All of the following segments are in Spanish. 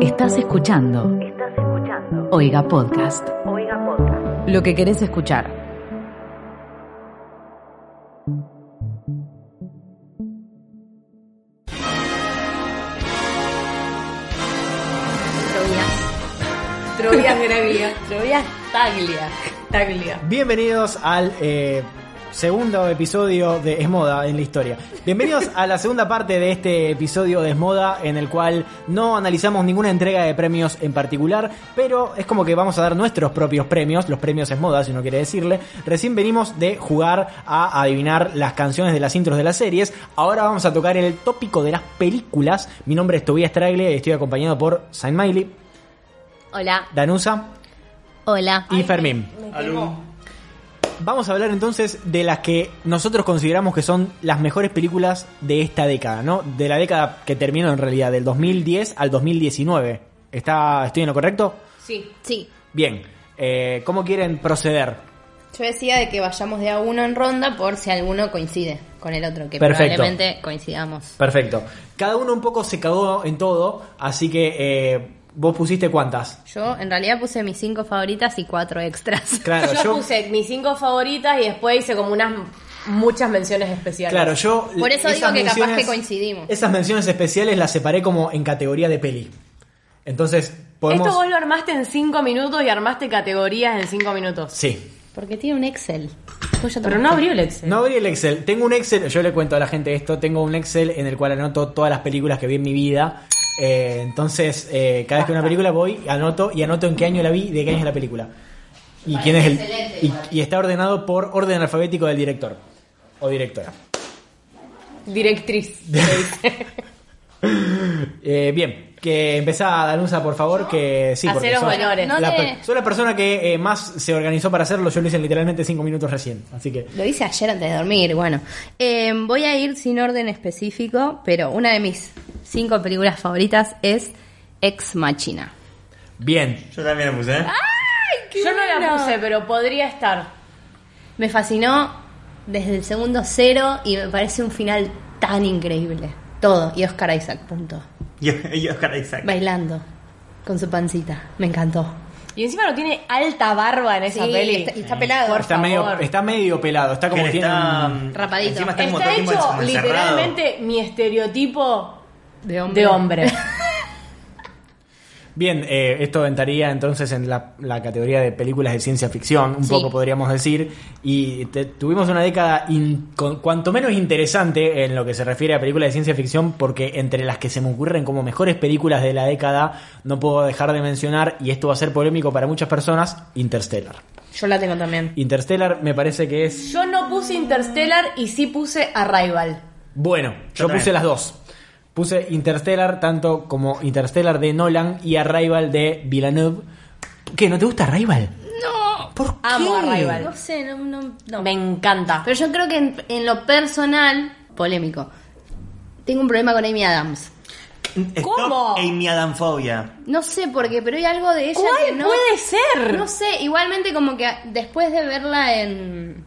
Estás escuchando. Estás escuchando. Oiga Podcast. Oiga Podcast. Lo que querés escuchar. Trovias Gravia. Trovias Taglia. Taglia. Bienvenidos al eh, segundo episodio de Es Moda en la historia. Bienvenidos a la segunda parte de este episodio de Es Moda, en el cual no analizamos ninguna entrega de premios en particular, pero es como que vamos a dar nuestros propios premios, los premios Es Moda, si uno quiere decirle. Recién venimos de jugar a adivinar las canciones de las intros de las series. Ahora vamos a tocar el tópico de las películas. Mi nombre es Tobias Traigle y estoy acompañado por Saint Miley, Hola. Danusa Hola. y Fermín. Vamos a hablar entonces de las que nosotros consideramos que son las mejores películas de esta década, ¿no? De la década que terminó en realidad, del 2010 al 2019. ¿Está, ¿Estoy en lo correcto? Sí. Sí. Bien. Eh, ¿Cómo quieren proceder? Yo decía de que vayamos de a uno en ronda por si alguno coincide con el otro, que Perfecto. probablemente coincidamos. Perfecto. Cada uno un poco se cagó en todo, así que eh, vos pusiste cuántas. Yo en realidad puse mis cinco favoritas y cuatro extras. Claro, yo, puse mis cinco favoritas y después hice como unas muchas menciones especiales. Claro, yo... Por eso digo esas que capaz que menciones- coincidimos. Esas menciones especiales las separé como en categoría de peli. Entonces, podemos... Esto vos lo armaste en cinco minutos y armaste categorías en cinco minutos. Sí. Porque tiene un Excel. Vos ya Pero tomaste. no abrió el Excel. No abrí el Excel. Tengo un Excel, yo le cuento a la gente esto, tengo un Excel en el cual anoto todas las películas que vi en mi vida. Eh, entonces, eh, cada vez que veo una película voy, anoto y anoto en qué año la vi y de qué año es la película. Y quién es el excelente, y, y está ordenado por orden alfabético del director o directora. Directriz. Eh, bien, que empezá Danusa, por favor, que sí, porque Haceros sos- honores. No la, te- per- soy la persona que eh, más se organizó para hacerlo, yo lo hice en literalmente cinco minutos recién, así que Lo hice ayer antes de dormir, bueno. Eh, voy a ir sin orden específico, pero una de mis cinco películas favoritas es Ex Machina. bien. Yo también lo puse, ¿eh? ¿Ah? Yo no la puse, pero podría estar. Me fascinó desde el segundo cero y me parece un final tan increíble. Todo. Y Oscar Isaac, punto. Y, y Oscar Isaac. Bailando con su pancita. Me encantó. Y encima no tiene alta barba en esa Sí, peli. está- y está pelado. Por Está medio, favor. está medio pelado, está como Él tiene está, un- mm, Rapadito. Encima Está, está, un montón de tiempo hecho encerrado. literalmente mi estereotipo De de hombre. Bien, eh, esto entraría entonces en la, la categoría de películas de ciencia ficción, un Sí. poco podríamos decir, y te- tuvimos una década in- con- cuanto menos interesante en lo que se refiere a películas de ciencia ficción, porque entre las que se me ocurren como mejores películas de la década, no puedo dejar de mencionar, y esto va a ser polémico para muchas personas, Interstellar. Yo la tengo también. Interstellar me parece que es Yo no puse Interstellar y sí puse Arrival. Bueno, yo, también. puse las dos. Puse Interstellar tanto como Interstellar de Nolan y Arrival de Villeneuve. ¿Qué? ¿No te gusta Arrival? No. ¿Por qué? Amo Arrival. No sé, no, no, no. Me encanta. Pero yo creo que en, en lo personal, polémico. Tengo un problema con Amy Adams. Stop ¿Cómo? Amy Adamfobia. No sé por qué, pero hay algo de ella que ¿Cuál no. puede ser? No sé, igualmente como que después de verla en...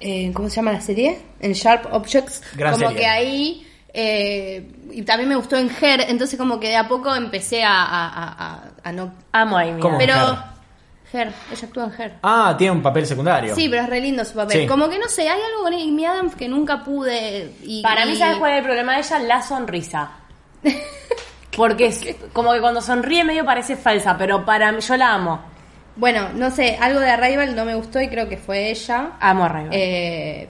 eh, ¿Cómo se llama la serie? En Sharp Objects. Gran como serie. que ahí... eh, y también me gustó en Her, entonces como que de a poco empecé a, a- a- a- a no... Amo a Amy. ¿Cómo? Pero... Her. Her. ella actúa en Her. Ah, tiene un papel secundario. Sí, pero es re lindo su papel. Sí. Como que no sé, hay algo con Amy Adams que nunca pude... Y, Para mí, y- ¿sabes cuál es el problema de ella? La sonrisa. Porque es como que cuando sonríe medio parece falsa, pero para mí, yo la amo. Bueno, no sé, algo de Arrival no me gustó y creo que fue ella. Amo a Raven. Eh,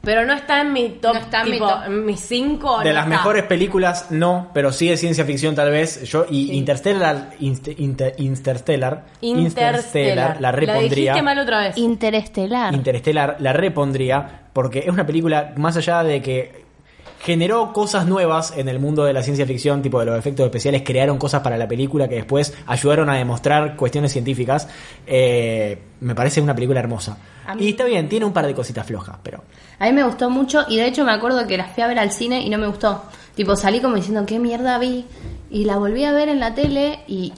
pero no está en mi top, no está en mi tipo, top. en mis cinco. De no las está. mejores películas, no, pero sí de ciencia ficción tal vez. Yo y Interstellar, Inst- Inter- Interstellar, Interstellar. la repondría. dijiste mal otra vez. Interestelar. Interestelar la repondría porque es una película más allá de que generó cosas nuevas en el mundo de la ciencia ficción, tipo de los efectos especiales, crearon cosas para la película que después ayudaron a demostrar cuestiones científicas. eh, me parece una película hermosa. A mí- Y está bien, tiene un par de cositas flojas, pero... A mí me gustó mucho y de hecho me acuerdo que la fui a ver al cine y no me gustó. Tipo, salí como diciendo, ¿qué mierda vi? Y la volví a ver en la tele y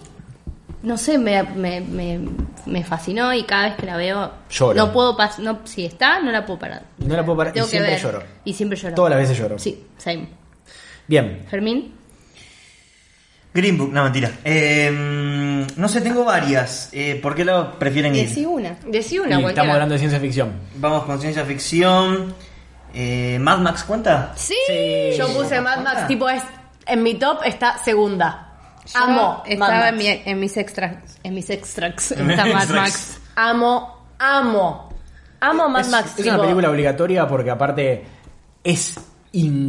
no sé, me, me, me, me fascinó y cada vez que la veo... Lloro. No puedo pasar, no, si está, no la puedo parar. No la puedo parar y Tengo que siempre ver. lloro. Y siempre lloro. Todas las veces lloro. Sí, same. Bien, Fermín. Green Book, no mentira. Eh, no sé, tengo varias. Eh, ¿Por qué la prefieren ir? Decí una. Decí Mm. Y una, estamos cualquiera. hablando de ciencia ficción. Vamos con ciencia ficción. Eh, Mad Max cuenta. Sí. Sí. Yo puse Mad Max, tipo es. En mi top está segunda. Yo Amo. Mad Estaba Max. en, mi- en mis extracts. En mis extracts. En Está mis Mad extracts. Max. Amo, amo. Amo Mad es, Max. es una tipo, película obligatoria porque aparte es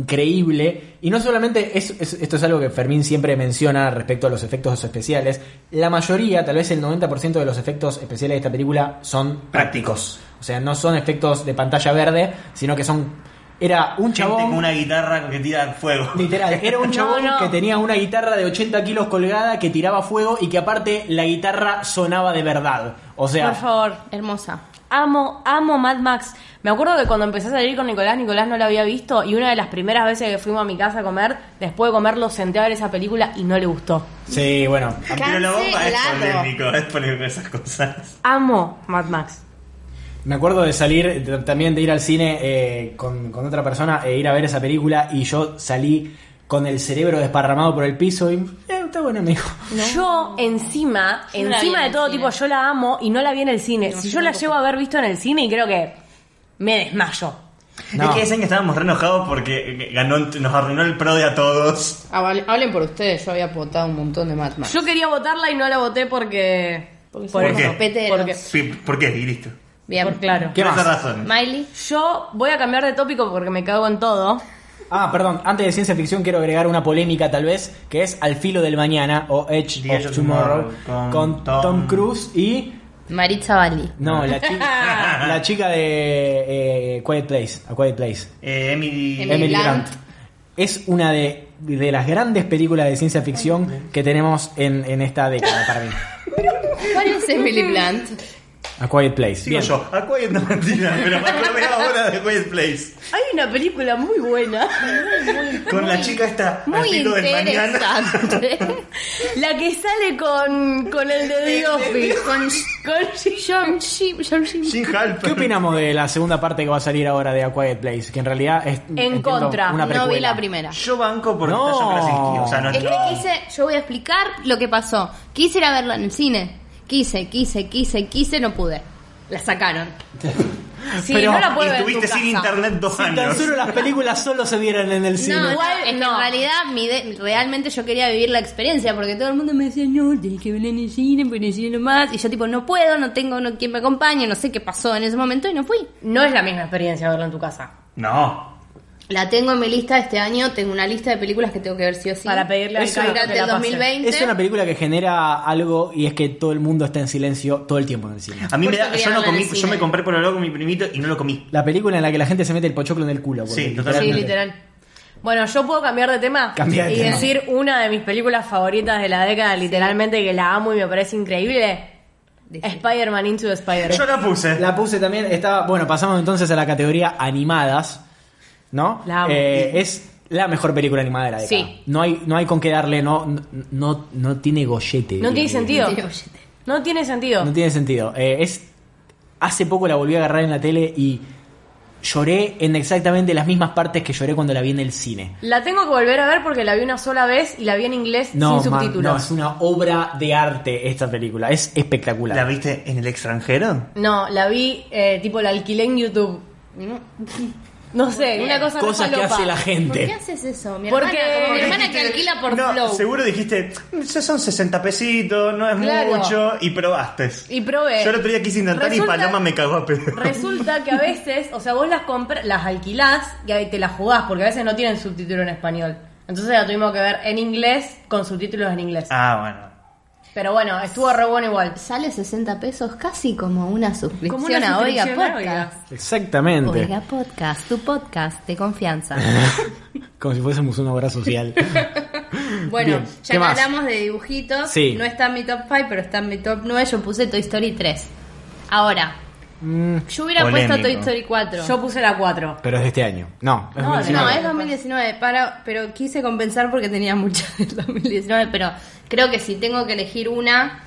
increíble. Y no solamente, es, es- esto es algo que Fermín siempre menciona respecto a los efectos especiales. La mayoría, tal vez el 90% de los efectos especiales de esta película son prácticos. O sea, no son efectos de pantalla verde, sino que son... Era un Gente chabón... con una guitarra que tira fuego. Literal, era un chabón No, no. que tenía una guitarra de 80 kilos colgada que tiraba fuego y que aparte la guitarra sonaba de verdad. O sea, Por favor. Hermosa. Amo, amo Mad Max. Me acuerdo que cuando empecé a salir con Nicolás, Nicolás no la había visto y una de las primeras veces que fuimos a mi casa a comer, después de comer lo senté a ver esa película y no le gustó. sí, bueno. Pero la bomba es Cancelado. polémico, es polémico esas cosas. Amo Mad Max. Me acuerdo de salir, de- también de ir al cine eh, con, con otra persona e ir a ver esa película y yo salí con el cerebro desparramado por el piso y... "Eh, está bueno, me dijo. Yo encima, Yo no la vi encima en de el todo, cine. tipo, yo la amo y no la vi en el cine. si yo la tampoco. llevo a haber visto en el cine, creo que me desmayo. No. Es que ese año estábamos re enojados porque ganó, nos arruinó el pro de a todos. Ah, vale, hablen por ustedes, yo había votado un montón de Mad Max. Yo quería votarla y no la voté porque... Porque por somos eso. unos peteros. Porque- Sí, ¿Por qué? Y listo. Bien. por- claro. ¿Qué Por más? esa razón. Miley. Yo voy a cambiar de tópico porque me cago en todo. Ah, perdón, antes de ciencia ficción quiero agregar una polémica tal vez, que es Al filo del mañana o Edge The Edge of of Tomorrow, Tomorrow, con, con Tom, Tom Cruise y... Maritza Bali. No, la chica, la chica de eh, Quiet Place, A Quiet Place. Eh, Emily. Emily Blunt. Es una de, de las grandes películas de ciencia ficción que tenemos en, en esta década para mí. ¿Cuál es Emily Blunt? A Quiet Place. eh, Sigo Bien. yo. A Quiet no mentira, pero me acordé ahora de Quiet Place. Hay una película muy buena. Con la chica esta al Muy filo del mañana. interesante. La que sale con, con el de The Office. Con, con John Shim, John Shim. Jim Halpern. ¿Qué opinamos de la segunda parte que va a salir ahora de A Quiet Place? Que en realidad es En entiendo, contra. una No vi precuela. la primera. Yo banco porque No. está John Krasinski. O sea, no Es que quise, yo voy a explicar lo que pasó. Quise ir a verla en el cine. Quise, quise, quise, quise, no pude. La sacaron. Sí, Pero- no la puedo ver. en Estuviste tu sin casa. internet dos Si tan años. solo las películas solo se vieran en el cine. No, Igual, no, es que no. en realidad mi de- realmente yo quería vivir la experiencia porque todo el mundo me decía, no, tenés que ver en el cine, porque en el cine nomás. Y yo tipo, no puedo, no tengo no, quien me acompañe, no sé qué pasó en ese momento y no fui. No es la misma experiencia verla en tu casa. No. La tengo en mi lista este año, tengo una lista de películas que tengo que ver sí o sí. Para pedirle al Es Cairo una- que la del pase. 2020. Es una película que genera algo y es que todo el mundo está en silencio todo el tiempo en el cine. A mí Por me eso da. quería Yo, no verla en comí, el yo cine. me compré por lo con mi primito y no lo comí. La película en la que la gente se mete el pochoclo en el culo. porque Sí, Sí, totalmente. literal. Bueno, yo puedo cambiar de tema Cambia de y tema. decir una de mis películas favoritas de la década, literalmente que la amo y me parece increíble. Spider-Man Into the Yo Spider-Man. la puse. La puse también, estaba. Bueno, pasamos entonces a la categoría animadas. ¿No? La amo. Eh, es la mejor película animada de la década. Sí. No hay, no hay con qué darle, no, no, no, no tiene gollete. No tiene diría. sentido. Tiene gollete. No tiene sentido. No tiene sentido. Eh, es. Hace poco la volví a agarrar en la tele y lloré en exactamente las mismas partes que lloré cuando la vi en el cine. La tengo que volver a ver porque la vi una sola vez y la vi en inglés No, sin man, subtítulos. no, es una obra de arte esta película. Es espectacular. ¿La viste en el extranjero? No, la vi, eh, tipo, la alquilé en YouTube. No sé, una cosa Cosas que falopa. hace la ¿Por qué gente. haces eso? Mi Porque- hermana, como mi hermana que Dijiste- alquila por no, Flow. Seguro dijiste, "Mm, son 60 pesitos, no es Claro. mucho, y probaste. Y probé. Yo el otro día quise intentar Resulta- y Paloma me cagó a pedo. Resulta que a veces, o sea, vos las compras, las alquilás y ahí te las jugás porque a veces no tienen subtítulo en español. Entonces la tuvimos que ver en inglés con subtítulos en inglés. Ah, bueno. Pero bueno, estuvo re bueno igual. Sale 60 pesos casi como una suscripción, Como una a Oiga suscripción a Podcast. Exactamente. Oiga Podcast, tu podcast de confianza. Como si fuésemos una obra social. bueno, Bien, ¿qué ya que más? hablamos de dibujitos, Sí. no está en mi top 5, pero está en mi top 9, yo puse Toy Story 3. Ahora, Mm, yo hubiera puesto Polémico. Toy Story 4. Yo puse la 4. pero es de este año. No, es No, muy- de- no, es 2019, para, pero quise compensar porque tenía muchas del 2019, pero creo que si tengo que elegir una,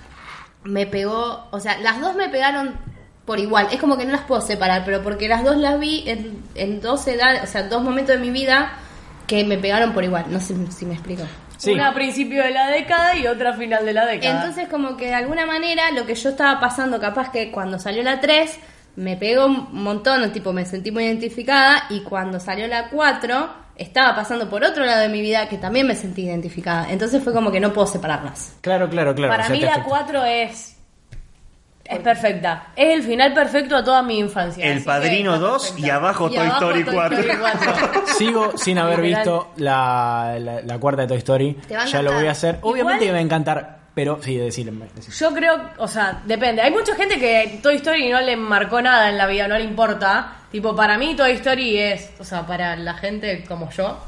me pegó, o sea, las dos me pegaron por igual, es como que no las puedo separar, pero porque las dos las vi en, en dos edades, o sea, dos momentos de mi vida que me pegaron por igual, no sé si me explico. Sí. Una a principio de la década y otra a final de la década. Entonces, como que de alguna manera, lo que yo estaba pasando, capaz que cuando salió la 3, me pegó un montón, tipo, me sentí muy identificada. Y cuando salió la 4, estaba pasando por otro lado de mi vida que también me sentí identificada. Entonces, fue como que no puedo separarlas. Claro, claro, claro. o Para sea, mí te la afecta. 4 es. Es perfecta. Es el final perfecto a toda mi infancia. El Así Padrino que está 2 perfecta. y abajo Toy Story 4. Sigo sin haber Literal. visto la, la- la cuarta de Toy Story. Te va a Ya lo encantar. voy a hacer. Obviamente Igual- me va a encantar, pero sí, decirle. Yo creo, o sea, depende. Hay mucha gente que Toy Story no le marcó nada en la vida, no le importa. Tipo, para mí Toy Story es, o sea, para la gente como yo,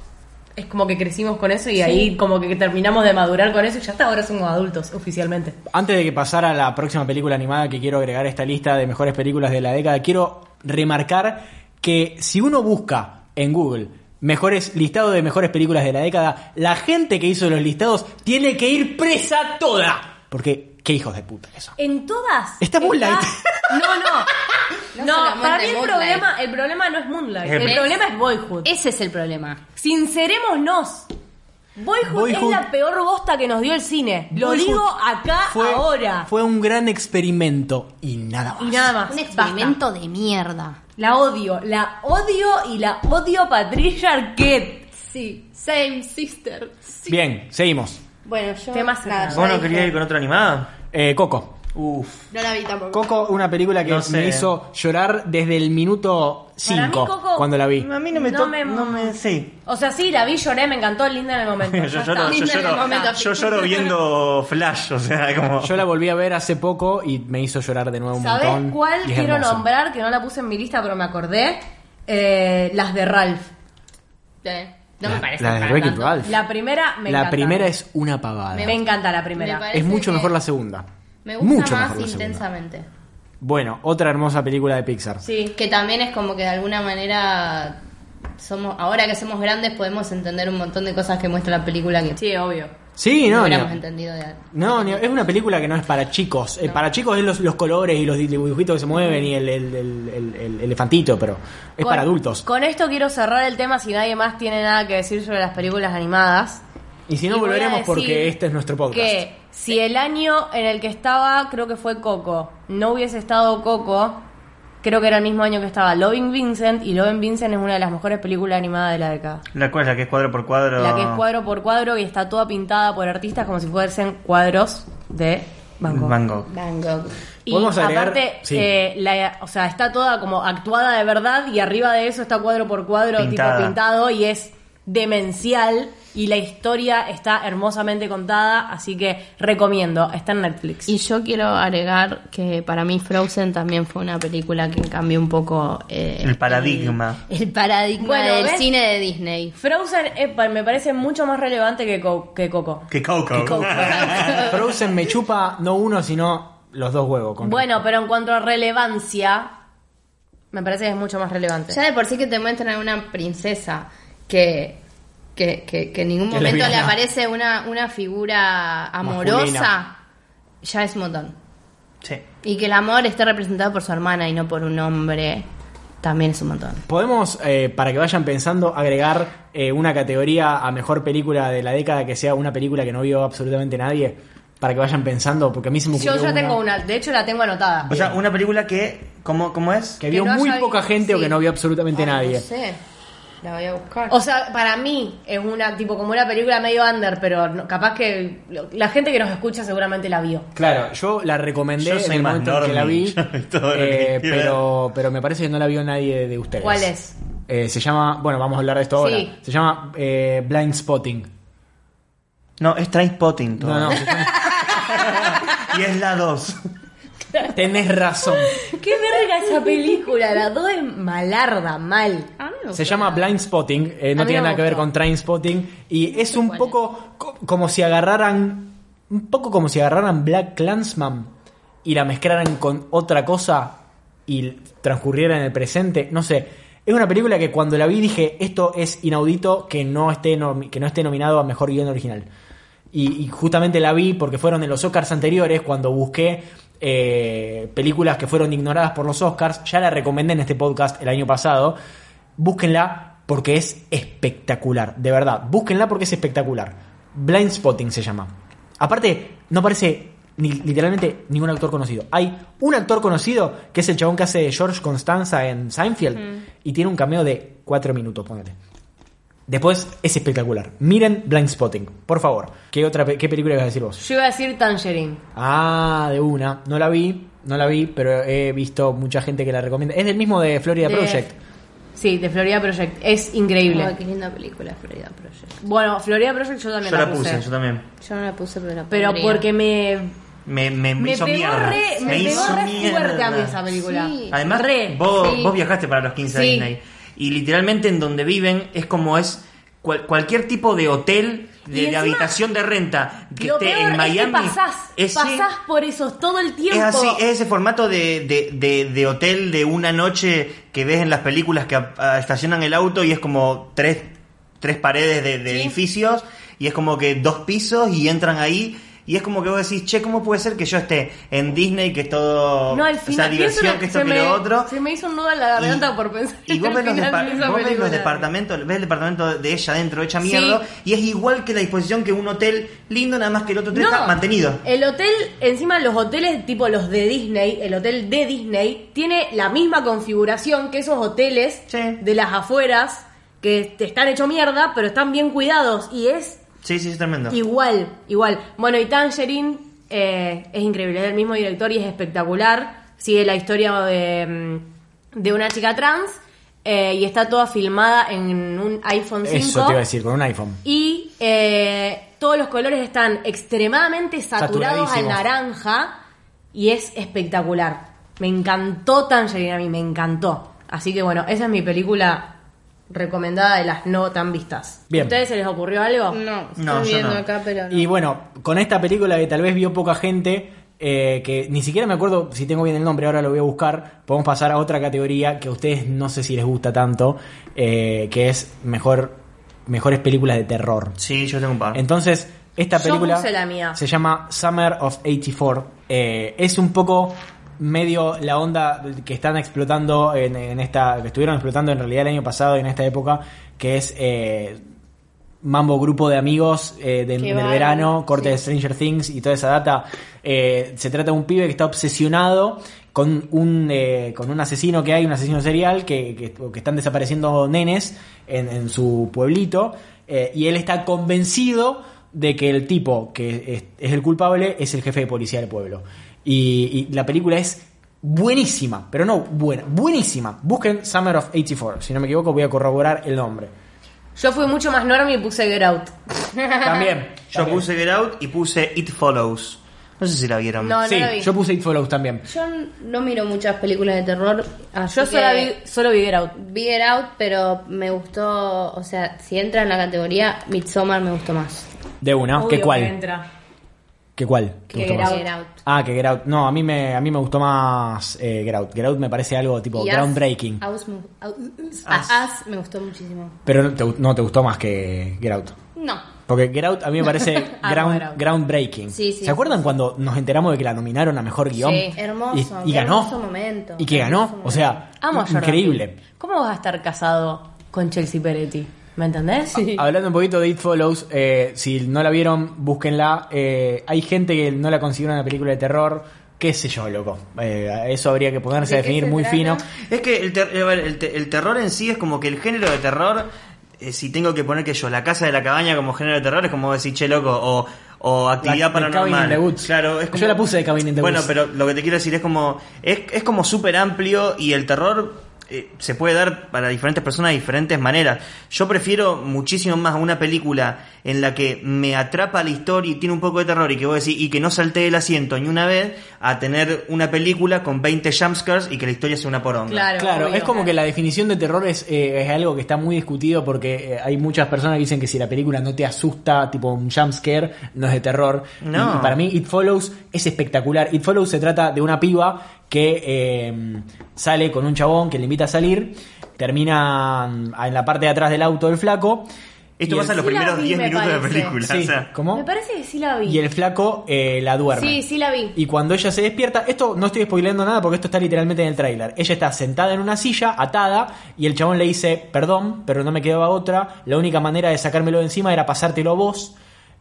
es como que crecimos con eso y ahí como que terminamos de madurar con eso y ya hasta ahora somos adultos oficialmente. Antes de que pasara a la próxima película animada que quiero agregar a esta lista de mejores películas de la década, quiero remarcar que si uno busca en Google mejores listados de mejores películas de la década, la gente que hizo los listados tiene que ir presa toda. Porque qué hijos de puta que son. En todas. Está Moonlight. No, no. No No, solamente para mí el Moonlight. problema, el problema no es Moonlight. Es- El problema es Boyhood. Ese es el problema. Sincerémonos. Boyhood, Boyhood- es la peor bosta que nos dio el cine. Lo Boyhood digo acá Fue- ahora. Fue un gran experimento y nada más. y nada más. Un Basta. experimento de mierda. La odio, la odio y la odio a Patricia Arquette. Sí, same sister. Sí. Bien, seguimos. Bueno, yo. Temas cerrados. ¿Vos no ya querías dije. ir con otra animada? Eh, Coco. Uf. No la vi tampoco. Coco, una película que No sé. me hizo llorar desde el minuto Para 5 mí, Coco, cuando la vi. A mí no me No to- me- No me. Sí. O sea, sí, la vi, lloré, me encantó, linda en el momento. Yo Ya lloro, está. yo Linda en el lloro, momento. yo lloro viendo Flash, o sea, como. Yo la volví a ver hace poco y me hizo llorar de nuevo un montón. ¿Sabés cuál y es quiero hermosa. nombrar? Que no la puse en mi lista, pero me acordé. Eh, las de Ralph. Eh, No La- me parece. la de para Wreck-It tanto. Ralph. La primera me la encanta. primera es una pavada. Me encanta la primera. Me parece- es mucho que- mejor la segunda. Me gusta mucho más mejor la segunda. intensamente. Bueno, otra hermosa película de Pixar. Sí. Que también es como que de alguna manera somos, ahora que somos grandes podemos entender un montón de cosas que muestra la película que Sí, obvio. Sí, no no, hubiéramos ni- entendido de No, ni- es una película que no es para chicos. Eh, para chicos es los, los colores y los dibujitos que se mueven y el, el- el- el- el elefantito, pero es Con- para adultos. Con esto quiero cerrar el tema si nadie más tiene nada que decir sobre las películas animadas. Y si Y no, voy a volveremos decir porque este es nuestro podcast. Que si el año en el que estaba, creo que fue Coco, no hubiese estado Coco, creo que era el mismo año que estaba Loving Vincent, y Loving Vincent es una de las mejores películas animadas de la década. ¿La cual es la que es cuadro por cuadro? La que es cuadro por cuadro y está toda pintada por artistas como si fuesen cuadros de Van Gogh. Van Gogh. Van Gogh. Y Podemos agregar- aparte, sí. eh, la- o sea, está toda como actuada de verdad y arriba de eso está cuadro por cuadro, Pintada. tipo pintado y es demencial y la historia está hermosamente contada, así que recomiendo, está en Netflix. Y yo quiero agregar que para mí Frozen también fue una película que cambió un poco eh, El paradigma. el, el paradigma Bueno, del ¿ves? cine de Disney. Frozen es pa- me parece mucho más relevante que, Co- que Coco. Que Coco. Frozen me chupa no uno, sino los dos huevos. con- Bueno, pero en cuanto a relevancia, me parece que es mucho más relevante. Ya de por sí que te muestran a una princesa que, que, que- que en ningún Que es momento le lesbiana. aparece una, una figura amorosa, Masculina. ya es un montón. Sí. Y que el amor esté representado por su hermana y no por un hombre, también es un montón. Podemos, eh, para que vayan pensando, agregar eh, una categoría a mejor película de la década que sea una película que no vio absolutamente nadie. Para que vayan pensando, porque a mí se me ocurrió Yo ya tengo una, de hecho la tengo anotada. O sea, una película que. ¿Cómo, cómo es? Que que vio no muy haya poca vi- gente o sí. que no vio absolutamente Ay, nadie. No sé, la voy a buscar. O sea, para mí es una tipo como una película medio under, pero no- capaz que lo- la gente que nos escucha seguramente la vio. Claro, yo la recomendé Yo soy en el más momento en que la normie. vi, Yo vi todo lo que eh, quiero pero, pero me parece que no la vio nadie de ustedes. ¿Cuál es? Eh, se llama, bueno, vamos a hablar de esto ahora. Sí. Se llama eh, Blind Spotting. No, es Trainspotting. todo. No, no, se llama- Y es la 2. tenés razón. ¿Qué verga esa película? La 2 es malarda, mal. A mí me gustó Se llama la- Blind Spotting, eh, no A mí tiene no me nada que ver gustó. con Train Spotting. Y es un poco co- como si agarraran. Un poco como si agarraran Black Clansman y la mezclaran con otra cosa y l- transcurriera en el presente. No sé. Es una película que cuando la vi dije, esto es inaudito que no esté, nomi- que no esté nominado a mejor guión original. Y, y justamente la vi porque fueron en los Oscars anteriores, cuando busqué eh, películas que fueron ignoradas por los Oscars, ya la recomendé en este podcast el año pasado, búsquenla porque es espectacular, de verdad, búsquenla porque es espectacular. Blind Spotting se llama. Aparte, no aparece ni- literalmente ningún actor conocido. Hay un actor conocido que es el chabón que hace de George Constanza en Seinfeld y tiene un cameo de 4 minutos, póngate. Después es espectacular. Miren Blind Spotting, por favor. ¿Qué otra pe- qué película ibas a decir vos? Yo iba a decir Tangerine. Ah, de una. No la vi, no la vi, pero he visto mucha gente que la recomienda. Es del mismo de Florida De- Project. Sí, de Florida Project. Es increíble. Ay, qué linda película Florida Project. Bueno, Florida Project yo también Yo la, la puse, yo también. Yo no la puse, pero la Pero pondría. porque me. Me, me, me Me hizo pegó mierda. re, me me pegó hizo re mierda. fuerte a mí esa película. Sí. Además, re. vos, sí. vos viajaste para los 15 de Sí. Disney. Y literalmente en donde viven es como es cual- cualquier tipo de hotel, de, Y de encima, habitación de renta que Lo esté peor en Miami. es que pasás, ese- pasás por esos todo el tiempo. Es así, es ese formato de, de- de- de hotel de una noche que ves en las películas que a- a- estacionan el auto y es como tres, tres paredes de, de edificios y es como que dos pisos y entran ahí. Y es como que vos decís, che, ¿cómo puede ser que yo esté en Disney, que es todo. No, al o sea, final. pienso diversión, una- que esto, se que lo me- otro. Se me hizo un nudo en la garganta por pensar. Y vos al ves los, final depar- de esa vos ves los película. departamentos, ves el departamento de ella dentro, hecha mierda, Sí. y es igual que la disposición que un hotel lindo, nada más que el otro hotel está No, mantenido. El hotel, encima los hoteles tipo los de Disney, el hotel de Disney, tiene la misma configuración que esos hoteles Sí. de las afueras que te están hecho mierda, pero están bien cuidados y es Sí, sí, es tremendo. Igual, igual. Bueno, y Tangerine eh, es increíble, es del mismo director y es espectacular. Sigue la historia de, mm, de una chica trans eh, y está toda filmada en un iPhone 5. Eso te iba a decir, con un iPhone. Y eh, todos los colores están extremadamente saturados al Saturadísimos. naranja y es espectacular. Me encantó Tangerine a mí, me encantó. Así que bueno, esa es mi película recomendada de las no tan vistas. Bien. ¿A ustedes se les ocurrió algo? No, estoy No, yo viendo no. acá, pero no. Y bueno, con esta película que tal vez vio poca gente, eh, que ni siquiera me acuerdo si tengo bien el nombre, ahora lo voy a buscar, podemos pasar a otra categoría que a ustedes no sé si les gusta tanto, eh, que es mejor, mejores películas de terror. Sí, yo tengo un par. Entonces, esta Yo película puse la mía. se llama Summer of 84. Eh, es un poco medio la onda que están explotando en, en esta, que estuvieron explotando en realidad el año pasado y en esta época, que es eh, mambo grupo de amigos eh, de- Que del van, verano, corte de Stranger Things y toda esa data. Eh, se trata de un pibe que está obsesionado con un, eh, con un asesino que hay, un asesino serial, que, que- que están desapareciendo nenes en, en su pueblito. eh, y él está convencido de que el tipo que es, es el culpable es el jefe de policía del pueblo. Y, y la película es buenísima, pero no buena, buenísima. Busquen Summer of 84, si no me equivoco voy a corroborar el nombre. Yo fui mucho más normal y puse Get Out. También. Yo también. puse Get Out y puse It Follows. No sé si la vieron. No, sí, la vi. yo puse It Follows también. Yo no miro muchas películas de terror. así Yo solo vi, que- solo vi Get Out. Vi Get Out, pero me gustó, o sea, si entra en la categoría, Midsommar me gustó más. De una. ¿Qué Obvio que cuál? entra. ¿Qué cuál? ¿Te Que gustó Get más? Out. Get Out. Ah, que Get Out. No, a mí me, a mí me gustó más eh, Get Out. Get Out me parece algo tipo Y Us- groundbreaking. Us me- Us- Us me gustó muchísimo. Pero te- no te gustó más que Get Out. No, Porque Get Out a mí me parece ground- Ah, Get Out. groundbreaking. Sí, sí, ¿Se acuerdan cuando nos enteramos de que la nominaron a mejor guión? Sí, hermoso, Y, y ganó. hermoso momento, y que ganó. hermoso O sea, Amo a Jordan increíble. Peele. ¿Cómo vas a estar casado con Chelsea Peretti? ¿Me entendés? Hablando un poquito de It Follows, eh, si no la vieron, búsquenla. Eh, hay gente que no la considera una película de terror. Qué sé yo, loco. Eh, a eso habría que ponerse a ¿De qué definir se muy trata? fino. Es que el, ter- a ver, el te- el terror en sí es como que el género de terror, eh, si tengo que poner que yo, la casa de la cabaña como género de terror, es como decir, che, loco, o, o actividad La- The paranormal. Cabin in the Woods. Claro, es Yo como- la puse de Cabin in the Bueno, Woods. pero lo que te quiero decir es como, es, es como súper amplio y el terror eh, se puede dar para diferentes personas de diferentes maneras. Yo prefiero muchísimo más una película en la que me atrapa la historia y tiene un poco de terror y que voy a decir, y que no salté el asiento ni una vez, a tener una película con 20 jumpscares y que la historia sea una poronga. Claro, Claro, obvio. es como que la definición de terror es, eh, es algo que está muy discutido porque eh, hay muchas personas que dicen que si la película no te asusta, tipo un jumpscare, no es de terror. No. Y- y para mí It Follows es espectacular. It Follows se trata de una piba que eh, sale con un chabón que le invita a salir, termina mm, en la parte de atrás del auto del flaco. Esto y pasa el- en Sí los la primeros vi, 10 me minutos de la parece. película. Sí, o sea. ¿cómo? Me parece que sí la vi. Y el flaco eh, la duerme. Sí, sí la vi. Y cuando ella se despierta, esto no estoy spoileando nada porque esto está literalmente en el tráiler. Ella está sentada en una silla, atada, y el chabón le dice, perdón, pero no me quedaba otra. La única manera de sacármelo de encima era pasártelo a vos.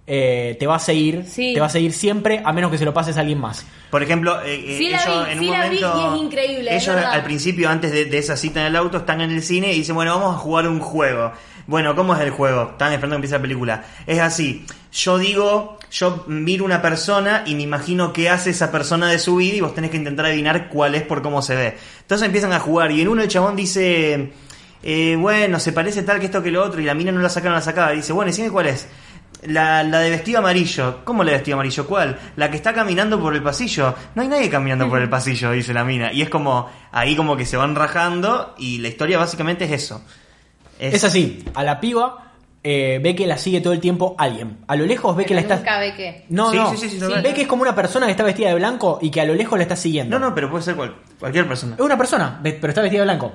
eh, te va a seguir, Sí. te va a seguir siempre, a menos que se lo pases a alguien más. Por ejemplo, eh, eh, Sí la ellos vi, en sí un la vi momento. y es increíble, es Ellos verdad. al principio, antes de, de esa cita en el auto, están en el cine y dicen, bueno, vamos a jugar un juego. Bueno, ¿cómo es el juego? Están esperando que empiece la película. Es así. Yo digo, yo miro una persona y me imagino qué hace esa persona de su vida y vos tenés que intentar adivinar cuál es por cómo se ve. Entonces empiezan a jugar y en uno el chabón dice, eh, bueno, se parece tal que esto que lo otro y la mina no la sacaron, la sacaba. Y dice, bueno, decime cuál es. La, la de vestido amarillo. ¿Cómo la de vestido amarillo? ¿Cuál? La que está caminando por el pasillo. No hay nadie caminando por el pasillo, dice la mina. Y es como, ahí como que se van rajando y la historia básicamente es eso. Es, así, a la piba eh, ve que la sigue todo el tiempo alguien. A lo lejos ve que la Pero está... nunca ve que. No, Sí, no. sí, sí, sí, lo ve veo. que es como una persona que está vestida de blanco y que a lo lejos la está siguiendo. No, no, pero puede ser cual- cualquier persona. Es una persona, ve- pero está vestida de blanco.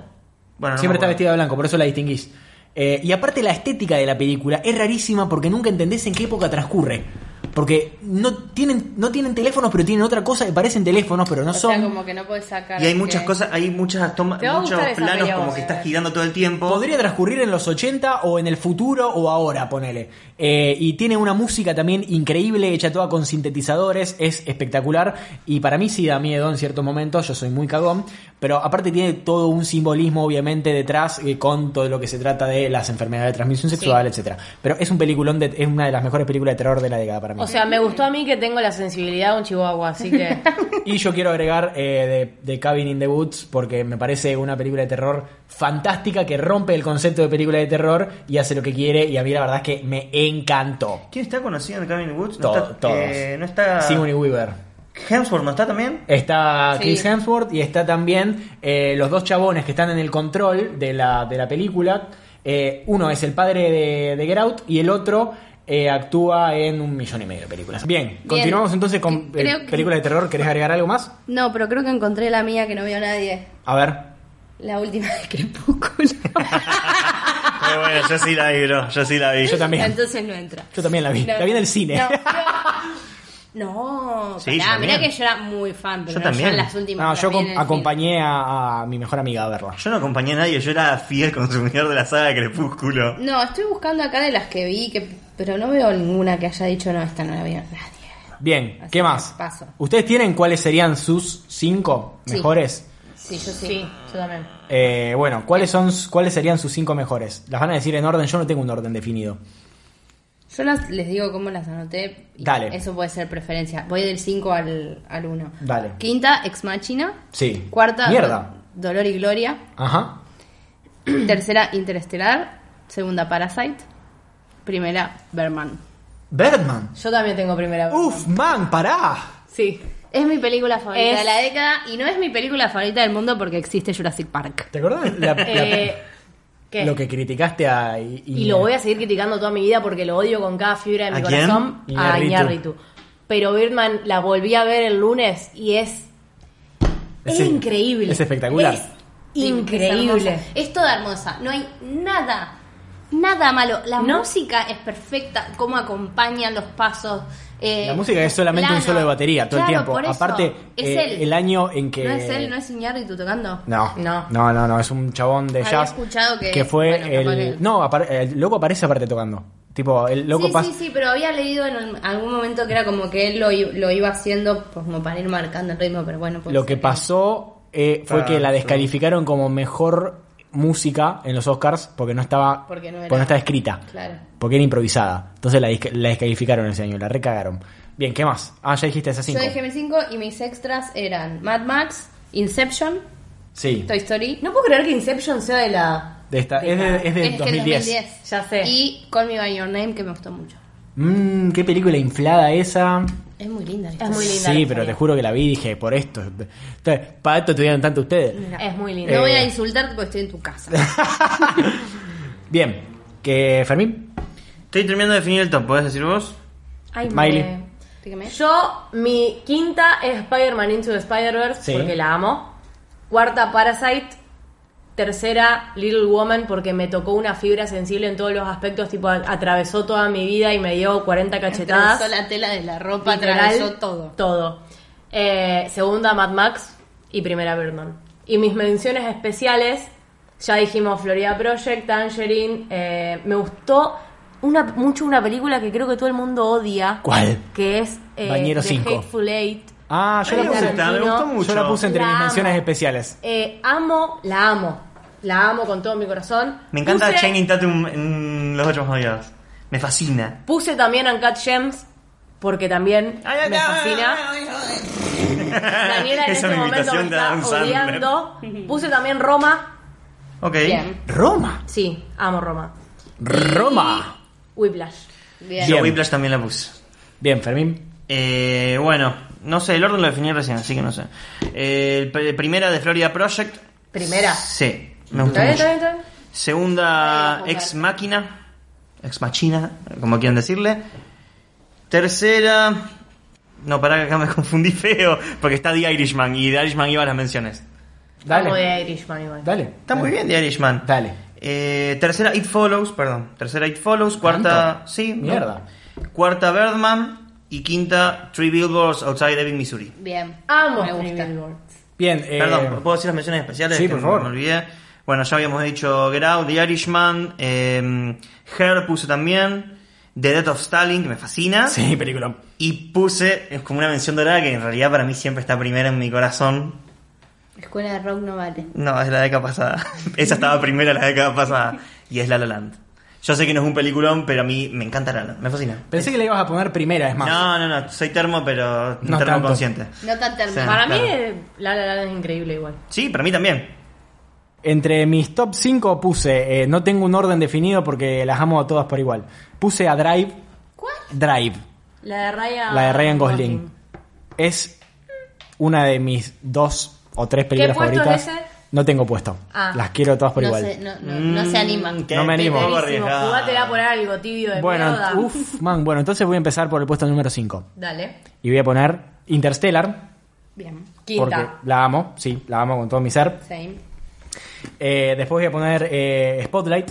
Siempre Bueno, no me está acuerdo. vestida de blanco, por eso la distinguís. Eh, y aparte la estética de la película es rarísima porque nunca entendés en qué época transcurre. Porque no tienen, no tienen teléfonos, pero tienen otra cosa que parecen teléfonos, pero no O son. sea, como que no puedes sacar. Y hay que- muchas cosas, hay muchas tomas, Te va a muchos gustar esa planos peli a como vos, que eh. estás girando todo el tiempo. Podría transcurrir en los 80 o en el futuro o ahora, ponele. Eh, y tiene una música también increíble, hecha toda con sintetizadores, es espectacular. Y para mí sí da miedo en ciertos momentos, yo soy muy cagón. Pero aparte tiene todo un simbolismo, obviamente, detrás eh, con todo lo que se trata de las enfermedades de transmisión sexual, etcétera. Pero es un peliculón, de, es una de las mejores películas de terror de la década para mí. O sea, me gustó a mí que tengo la sensibilidad de un chihuahua, así que... Y yo quiero agregar eh, de, de Cabin in the Woods porque me parece una película de terror fantástica que rompe el concepto de película de terror y hace lo que quiere y a mí la verdad es que me encantó. ¿Quién está conocido en Cabin Woods? No Todo, está, todos. eh, no está Sigourney Weaver. Hemsworth, ¿no está también? Está Sí. Chris Hemsworth y está también eh, los dos chabones que están en el control de la, de la película. Eh, uno es el padre de, de Get Out y el otro eh, actúa en un millón y medio de películas. Bien, continuamos entonces con eh, Creo que- películas de terror. ¿Querés agregar algo más? No, pero creo que encontré la mía que no vio nadie. A ver. La última de Crepúsculo. Pero bueno, yo sí la vi, bro. Yo sí la vi. Yo también. Entonces no entra. Yo también la vi. La vi en el cine. No, no Sí, yo pará, mirá también. que yo era muy fan, pero Yo no, también. en las últimas. No, la yo vi en acom- el acompañé a, a mi mejor amiga a verla. Yo no acompañé a nadie, yo era fiel consumidor de la saga de Crepúsculo. cine. No, estoy buscando acá de las que vi, que, pero no veo ninguna que haya dicho, no, esta no la vio nadie. Bien, Así ¿qué que más? paso. ¿Ustedes tienen cuáles serían sus cinco Sí. mejores? Sí, yo sí. Sí, yo también. Eh, bueno, ¿cuáles son cuáles serían sus cinco mejores? Las van a decir en orden, yo no tengo un orden definido. Yo las- les digo cómo las anoté. y Dale. Eso puede ser preferencia. Voy del 5 al, al 1. Dale. Quinta, Ex Machina. Sí. Cuarta, Mierda. Do- Dolor y Gloria. Ajá. Tercera, Interestelar. Segunda, Parasite. Primera, Berman. Birdman. Yo también tengo primera vez. Uf, man, pará. Sí. Es mi película favorita Es- de la década y no es mi película favorita del mundo porque existe Jurassic Park. ¿Te acordás? La- la- Eh, ¿Qué? Lo que criticaste a... Y, Y lo voy a seguir criticando toda mi vida porque lo odio con cada fibra de mi ¿A quién? corazón a Iñárritu. Iñárritu. Pero Birdman la volví a ver el lunes y es, es, es- increíble. Es espectacular. Es increíble. Es, hermosa. Es toda hermosa. No hay nada, nada malo. La ¿No? música es perfecta, cómo acompañan los pasos. eh, La música es solamente un plano. solo de batería todo el Claro, tiempo. por eso. Aparte, es eh, él. el año en que... No es él, no es Iñárritu tocando. No, no, No. no, no, es un chabón de Había jazz escuchado que- fue bueno, capaz el que- no, apar- el loco aparece aparte tocando. Tipo, el loco sí, pasa sí, sí, pero había leído en el- algún momento que era como que él lo, i- lo iba haciendo pues, como para ir marcando el ritmo, pero bueno. pues, lo que sí. pasó eh, fue Ah, que la sí. descalificaron como mejor música en los Oscars porque no estaba Porque no era- estaba escrita, Claro. porque era improvisada. Entonces la, disca- la descalificaron ese año, la recagaron. Bien, ¿qué más? Ah, ya dijiste esas cinco. Yo dejé mis cinco y mis extras eran Mad Max, Inception, Sí. Toy Story. No puedo creer que Inception sea de la... De esta, es de, es de Es que 2010. Ya sé. Y Call Me By Your Name, que me gustó mucho. Mm, qué película inflada esa. Es muy linda. la Es historia. muy linda Sí, la pero historia. te juro que la vi y dije, por esto. Entonces, Para esto tuvieron tanto ustedes. Es muy linda. No voy Eh. a insultarte porque estoy en tu casa. Bien, que Fermín. Estoy terminando de definir el top, ¿podés decir vos? Ay, Miley. me- Dígame. Yo, mi quinta es Spider-Man Into the Spider-Verse, Sí. porque la amo. Cuarta, Parasite. Tercera, Little Woman, porque me tocó una fibra sensible en todos los aspectos. Tipo, a- atravesó toda mi vida y me dio 40 cachetadas. Atravesó la tela de la ropa, Literal, atravesó todo. Todo. Eh, segunda, Mad Max. Y primera, Birdman. Y mis menciones especiales, ya dijimos Florida Project, Tangerine. eh, me gustó una, mucho una película que creo que todo el mundo odia. ¿Cuál? Que es eh, Bañero The cinco. Hateful Eight. Ah, yo Me la puse. gusta, me Tarantino. gustó mucho. Yo la puse entre La mis amo. menciones especiales. Eh, amo, la amo. La amo con todo mi corazón. Me encanta Puse- Channing Tatum en Los Ocho Más Odiados. Me fascina. Puse también Uncut Gems porque también me fascina. Daniela en este Esa es mi momento me imitación de está Adam Sandler. odiando. Puse también Roma. Ok. Bien. Roma. Sí, amo Roma. Roma. Whiplash. Bien. Yo Bien. Whiplash también la puse. Bien, Fermín. Eh, bueno, no sé, el orden lo definí recién, así que no sé. Eh, el pr- primera de Florida Project. Primera. Sí, me gustó ¿Está bien, mucho. está bien, está bien? Segunda, Ex Máquina. Ex Machina, como quieran decirle. Tercera. No, pará, que acá me confundí feo. Porque está The Irishman y The Irishman iba a las menciones. Dale. Amo de Irishman igual. Dale. Está muy bien The Irishman. Dale. Eh, tercera, It Follows, perdón. Tercera, It Follows. Cuarta, ¿Tanto? sí. ¿no? Mierda. Cuarta, Birdman. Y quinta, Three Billboards Outside Ebbing, Missouri. Bien. Amo Me Three gusta. Billboards. Bien, eh, Perdón, ¿puedo decir las menciones especiales? sí, Que por me- favor. Me olvidé. Bueno, ya habíamos dicho Get Out, The Irishman, eh, Her puse también, The Death of Stalin, que me fascina. Sí, película. Y puse, es como una mención dorada que en realidad para mí siempre está primera en mi corazón. Escuela de rock no vale. No, es la década pasada. Esa estaba primera la década pasada. Y es La La Land. Yo sé que no es un peliculón, pero a mí me encanta La La Land. Me fascina. Pensé que le ibas a poner primera, es más. No, no, no. Soy termo, pero No termo tanto. consciente. No tan Ah, Sí, terminado. Para claro. mí, eh, La La Land es increíble igual. Sí, para mí también. Entre mis top 5 puse, eh, no tengo un orden definido porque las amo a todas por igual. Puse a Drive. ¿Cuál? Drive, La de Ryan. la de Ryan Gosling. Es una de mis dos o tres películas puesto favoritas. es ese? No tengo puesto. Ah. Las quiero todas por No igual. se, no, no, no se animan. Mm, qué No me animo. poco Buenísimo, arriesgado. jugátela por algo tibio de Bueno, mierda. uff, man, bueno, entonces voy a empezar por el puesto número 5. Dale. Y voy a poner Interstellar, Bien. porque Quinta. la amo, sí, la amo con todo mi ser. Same. Eh, después voy a poner eh, Spotlight,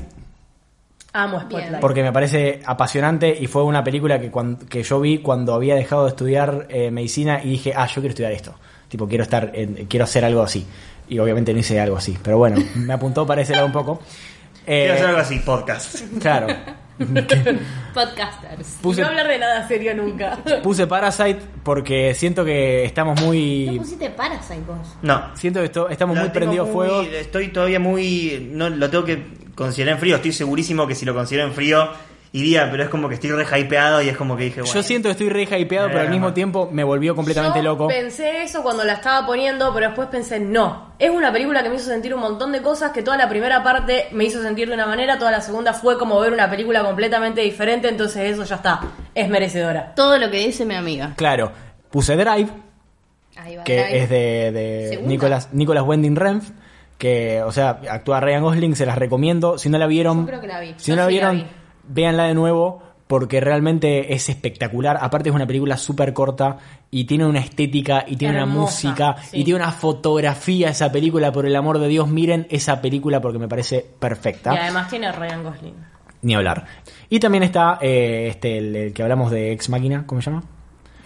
Amo Spotlight. porque me parece apasionante y fue una película que, cuan- que yo vi cuando había dejado de estudiar eh, medicina y dije, ah, yo quiero estudiar esto. Tipo, quiero estar, en- quiero hacer algo así. Y obviamente no hice algo así, pero bueno, me apuntó para ese lado un poco. Eh, Quiero hacer algo así, podcast. Claro. Podcasters. Puse, No hablar de nada serio nunca. puse Parasite porque siento que estamos muy... ¿No pusiste Parasite vos? No. Siento que esto- estamos La muy tengo prendidos muy- fuego. Estoy todavía muy. No, lo tengo que considerar en frío. Estoy segurísimo que si lo considero en frío iría, pero es como que estoy re hypeado y es como que dije, bueno. Yo siento que estoy re hypeado, pero al mismo tiempo me volvió completamente Yo loco. Pensé eso cuando la estaba poniendo, pero después pensé, no. Es una película que me hizo sentir un montón de cosas, que toda la primera parte me hizo sentir de una manera, toda la segunda fue como ver una película completamente diferente, entonces eso ya está. Es merecedora. Todo lo que dice mi amiga. Claro, puse Drive, Ahí va. que Drive. es de, de Segunda. Nicolas, Nicolas Wending Renf, que, o sea, actúa Ryan Gosling, se las recomiendo. Si no la vieron, Yo creo que la vi. si Yo no la sí la vieron, vi. véanla de nuevo, porque realmente es espectacular. Aparte es una película súper corta y tiene una estética y tiene una Hermosa, música sí. y tiene una fotografía esa película, por el amor de Dios, miren esa película porque me parece perfecta. Y además tiene a Ryan Gosling. Ni hablar. Y también está eh, este, el, el que hablamos de Ex Máquina, ¿cómo se llama?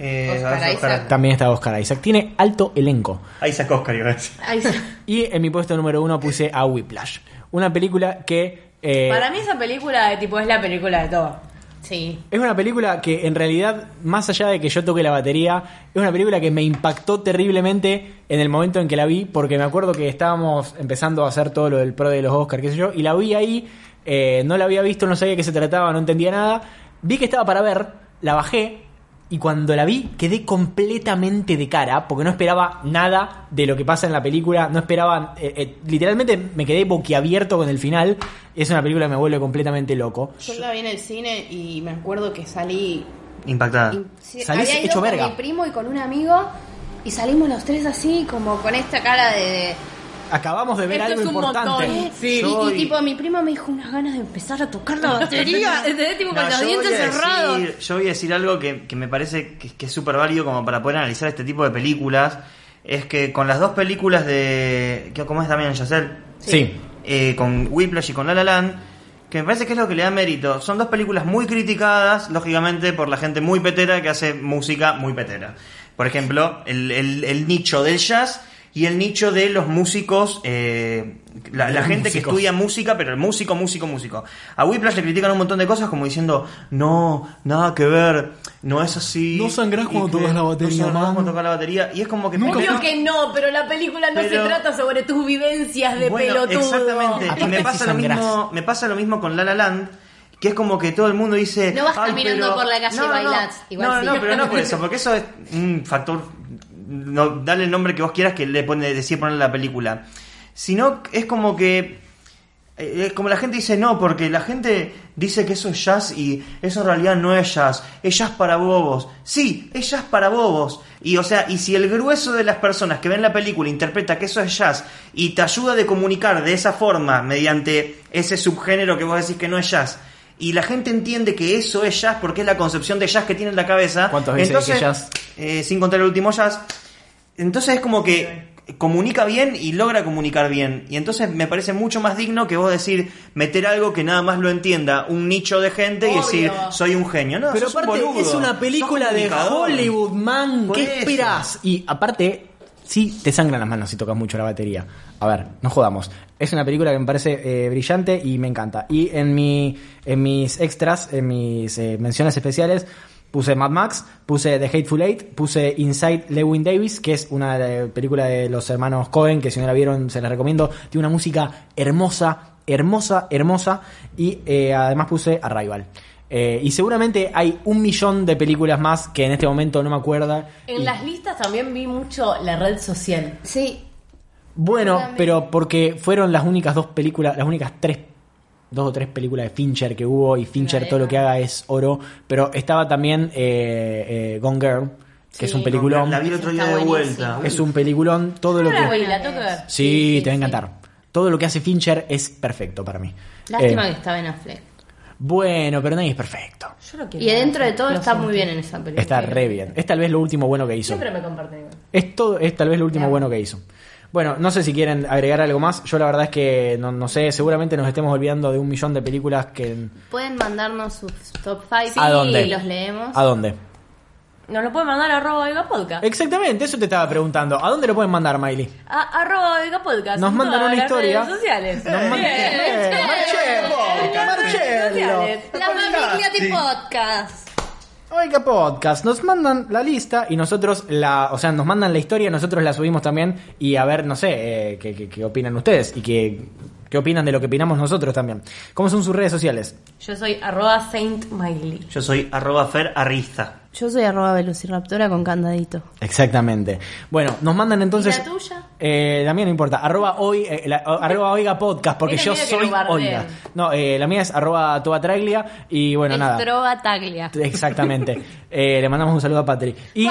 Eh, Oscar Oscar- Isaac. También está Oscar Isaac. Tiene alto elenco. Isaac Oscar, iba a decir. Ahí está. Y en mi puesto número uno puse a Whiplash. Una película que... eh, Para mí esa película de tipo es la película de todo. Sí. Es una película que en realidad, más allá de que yo toque la batería, es una película que me impactó terriblemente en el momento en que la vi, porque me acuerdo que estábamos empezando a hacer todo lo del pro de los Oscars, qué sé yo, y la vi ahí, eh, no la había visto, no sabía de qué se trataba, no entendía nada, vi que estaba para ver, la bajé, y cuando la vi quedé completamente de cara, porque no esperaba nada de lo que pasa en la película, no esperaba, eh, eh, literalmente me quedé boquiabierto con el final, es una película que me vuelve completamente loco. Yo la vi en el cine y me acuerdo que salí. Impactada. y- sí, Salís había ido hecho con verga. mi primo y con un amigo y salimos los tres así, como con esta cara de. de- "Eh". Acabamos de ver Esto algo es un importante. montón. Sí. y, y Soy- tipo, mi primo me dijo unas ganas de empezar a tocar la batería. ¿entendés? Este tipo, con No, los yo voy dientes a decir- cerrados. Yo voy a decir algo que, que me parece que, que es súper válido como para poder analizar este tipo de películas. Es que con las dos películas de. ¿qué- ¿Cómo es también Yacel? Sí. Eh, con Whiplash y con La La Land. Que me parece que es lo que le da mérito. Son dos películas muy criticadas, lógicamente, por la gente muy petera que hace música muy petera. Por ejemplo, el, el- el nicho del jazz y el nicho de los músicos, eh, la, la gente que músicos. estudia música, pero el músico, músico, músico. A Whiplash le critican un montón de cosas como diciendo, no, nada que ver, no es así. No sangrás y cuando que- tocas la batería, No sangrás man. cuando tocas la batería. Y es como que... Nunca Obvio fui- que no, pero la película no Pero- se trata sobre tus vivencias de Bueno, pelotudo. Exactamente. Y Aparte me si pasa, lo sangrás. mismo, me pasa lo mismo con La La Land. Que es como que todo el mundo dice. No vas "Ay, caminando pero- por la calle y No, no, bailás". Igual no, no, sí. no, pero no por eso. Porque eso es un factor. No, dale el nombre que vos quieras que le pone, decía ponerle a la película. Sino es como que. eh, Es como la gente dice no, porque la gente dice que eso es jazz y eso en realidad no es jazz, es jazz para bobos. Sí, es jazz para bobos. Y o sea, y si el grueso de las personas que ven la película interpreta que eso es jazz y te ayuda de comunicar de esa forma mediante ese subgénero que vos decís que no es jazz. Y la gente entiende que eso es jazz porque es la concepción de jazz que tiene en la cabeza. ¿Cuántas veces Entonces, dije jazz? eh, sin contar el último jazz. Entonces es como que comunica bien y logra comunicar bien. Y entonces me parece mucho más digno que vos decir, meter algo que nada más lo entienda un nicho de gente y Obvio. decir, soy un genio. No, Pero sos un aparte boludo. es una película Sos de comunicador. Hollywood, man. Por ¿Qué eso. esperás? Y aparte, sí te sangran las manos si tocas mucho la batería. A ver, no jodamos. Es una película que me parece eh, brillante y me encanta. Y en, mi, en mis extras, en mis eh, menciones especiales, puse Mad Max, puse The Hateful Eight, puse Inside Lewin Davis, que es una eh, película de los hermanos Cohen, que si no la vieron se la recomiendo. Tiene una música hermosa, hermosa, hermosa. Y eh, además puse Arrival. Eh, y seguramente hay un millón de películas más que en este momento no me acuerdo. En Y- las listas también vi mucho la red social. Sí, Bueno, Seguramente. pero porque fueron las únicas dos películas, las únicas tres, dos o tres películas de Fincher que hubo y Fincher todo lo que haga es oro. Pero estaba también eh, eh, Gone Girl, que es un peliculón. La vi el otro día Está de buenísimo. vuelta. Es un peliculón, todo lo No la vi, que... la tengo que ver. Sí, Sí, te va a sí, encantar. Todo lo que hace Fincher es perfecto para mí. lástima Eh, que estaba en Affleck. Bueno, pero nadie es perfecto. Yo lo quiero Y ver. dentro de todo Lo está siento. muy bien en esa película. Está re bien. Es tal vez lo último bueno que hizo. Siempre me comparten. igual. Es, todo, es tal vez lo último Claro. bueno que hizo. Bueno, no sé si quieren agregar algo más. Yo la verdad es que no, no sé, seguramente nos estemos olvidando de un millón de películas que... Pueden mandarnos sus top 5 ¿A dónde? y los leemos. ¿A dónde? Nos lo pueden mandar a arroba Oiga Eh. podcast. Exactamente, eso te estaba preguntando. ¿A dónde lo pueden mandar, Miley? A, arroba Oiga podcast. Nos en mandan todas una las historia. redes sociales. Nos manda- Bien. ¡Eh, Marcelo! ¡Marcelo! Sociales. La familia de podcast. Oiga Podcast, nos mandan la lista y nosotros la, o sea, nos mandan la historia, nosotros la subimos también y a ver, no sé, eh, qué, qué- qué opinan ustedes y qué, qué opinan de lo que opinamos nosotros también. ¿Cómo son sus redes sociales? Yo soy arroba Saint Miley. Yo soy arroba fer arriza. Yo soy arroba velociraptora con candadito. Exactamente. Bueno, nos mandan entonces. la tuya? Eh, la mía no importa. Arroba hoy, eh, la- o- arroba oiga podcast, porque Mira, yo mira que soy lo bardeen. oiga. No, eh, la mía es arroba toda traglia y bueno, nada. Estroba Taglia. Exactamente. Eh, le mandamos un saludo a Patri. Y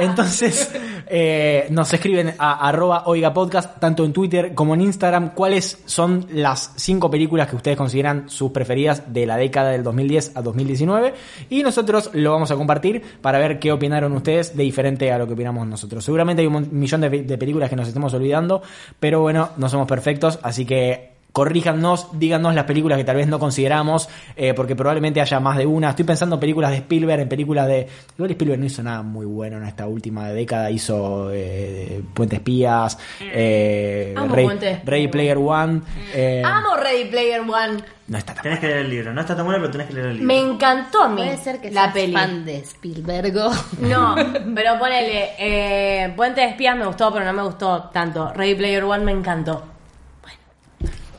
entonces eh, nos escriben a arroba oiga podcast, tanto en Twitter como en Instagram, cuáles son las cinco películas que ustedes consideran sus preferidas de la década del 2010 a 2019. Y nosotros lo vamos a compartir para ver qué opinaron ustedes de diferente a lo que opinamos nosotros. Seguramente hay un mon- millón de, pe- de películas que nos estemos olvidando, pero bueno, no somos perfectos, así que Corríjanos, díganos las películas que tal vez no consideramos, eh, porque probablemente haya más de una. Estoy pensando en películas de Spielberg, en películas de. Igual Spielberg no hizo nada muy bueno en esta última década. Hizo eh, Puente Espías, eh, Mm. Amo Rey, Puente Espías. Mm. Rey Player One. eh, Amo Ready Player One. No está tan Tenés que leer el libro. No está tan bueno, pero tenés que leer el libro. Me encantó a mí Puede ser que la seas peli. fan de Spielberg. No, pero ponele, eh, Puente de Espías me gustó, pero no me gustó tanto. Ready Player One me encantó.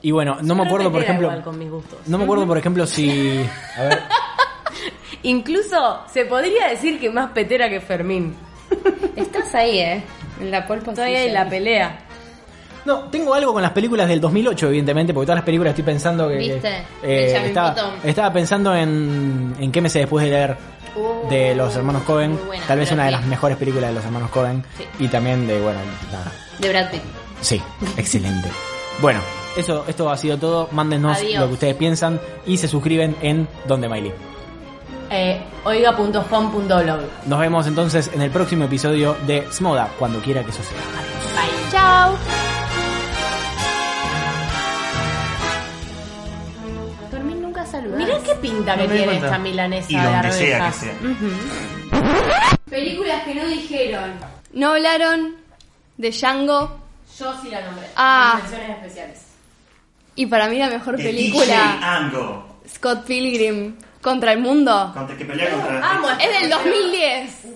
Y bueno, no me Pero acuerdo, por queda ejemplo. igual con mis gustos. No me acuerdo, por ejemplo, si. A ver. Incluso se podría decir que más petera que Fermín. Estás ahí, ¿eh? En la pole position. Todavía hay la pelea. No, tengo algo con las películas del 2008, evidentemente, porque todas las películas estoy pensando que... ¿Viste? eh, Benjamin estaba, Button. estaba pensando en, en qué me sé después de leer Uh, de los hermanos Cohen, muy buena, tal vez pero una de sí. las mejores películas de los hermanos Cohen, Sí. y también de, bueno, nada. De Brad Pitt. Sí, excelente. Bueno, eso, esto ha sido todo. Mándenos Adiós. lo que ustedes piensan y se suscriben en Donde Miley. Eh, oiga.com.blog. Nos vemos entonces en el próximo episodio de Smoda, cuando quiera que eso sea. Chao. Fermín nunca saludó. Mirá qué pinta que No me di tiene cuenta. esta milanesa Y de donde arvejas. Mm, sea que sea. Películas que no dijeron. No hablaron. de Django. Yo sí la nombré. Ah. Menciones especiales. Y para mí la mejor De película, TJ Ango. Scott Pilgrim, Contra el Mundo. Contra que pelea contra. Amo Es del 2010.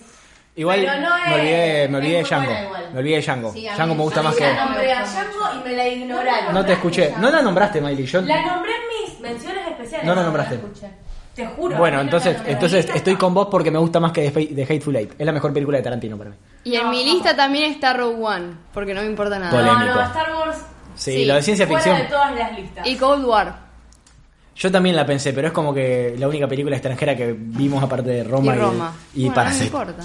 Igual Pero no es- me olvidé, me olvidé de es muy buena Django. igual. Me olvidé de Django. Sí, a mí- Django me gusta a mí la más que. La nombré a Django y me la ignoraron. No te escuché. No la nombraste, Miley. Yo... La nombré en mis menciones especiales. No la nombraste. escuché. Te juro. Bueno, no la entonces, nombré. entonces estoy con vos porque me gusta más que The Fa- The Hateful Eight. Es la mejor película de Tarantino para mí. Y en mi lista también está Rogue One, porque no me importa nada. Pole. No, polémico. no, Star Wars. Sí, Sí, la de ciencia fuera ficción. de todas las listas. Y Cold War. Yo también la pensé, pero es como que la única película extranjera que vimos aparte de Roma y Roma. Oh y Bueno, no me Parasite. importa.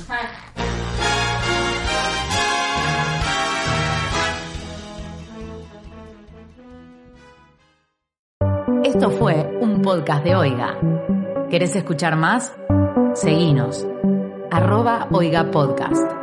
Esto fue un podcast de Oiga. ¿Querés escuchar más? Seguinos. Arroba Oiga Podcast.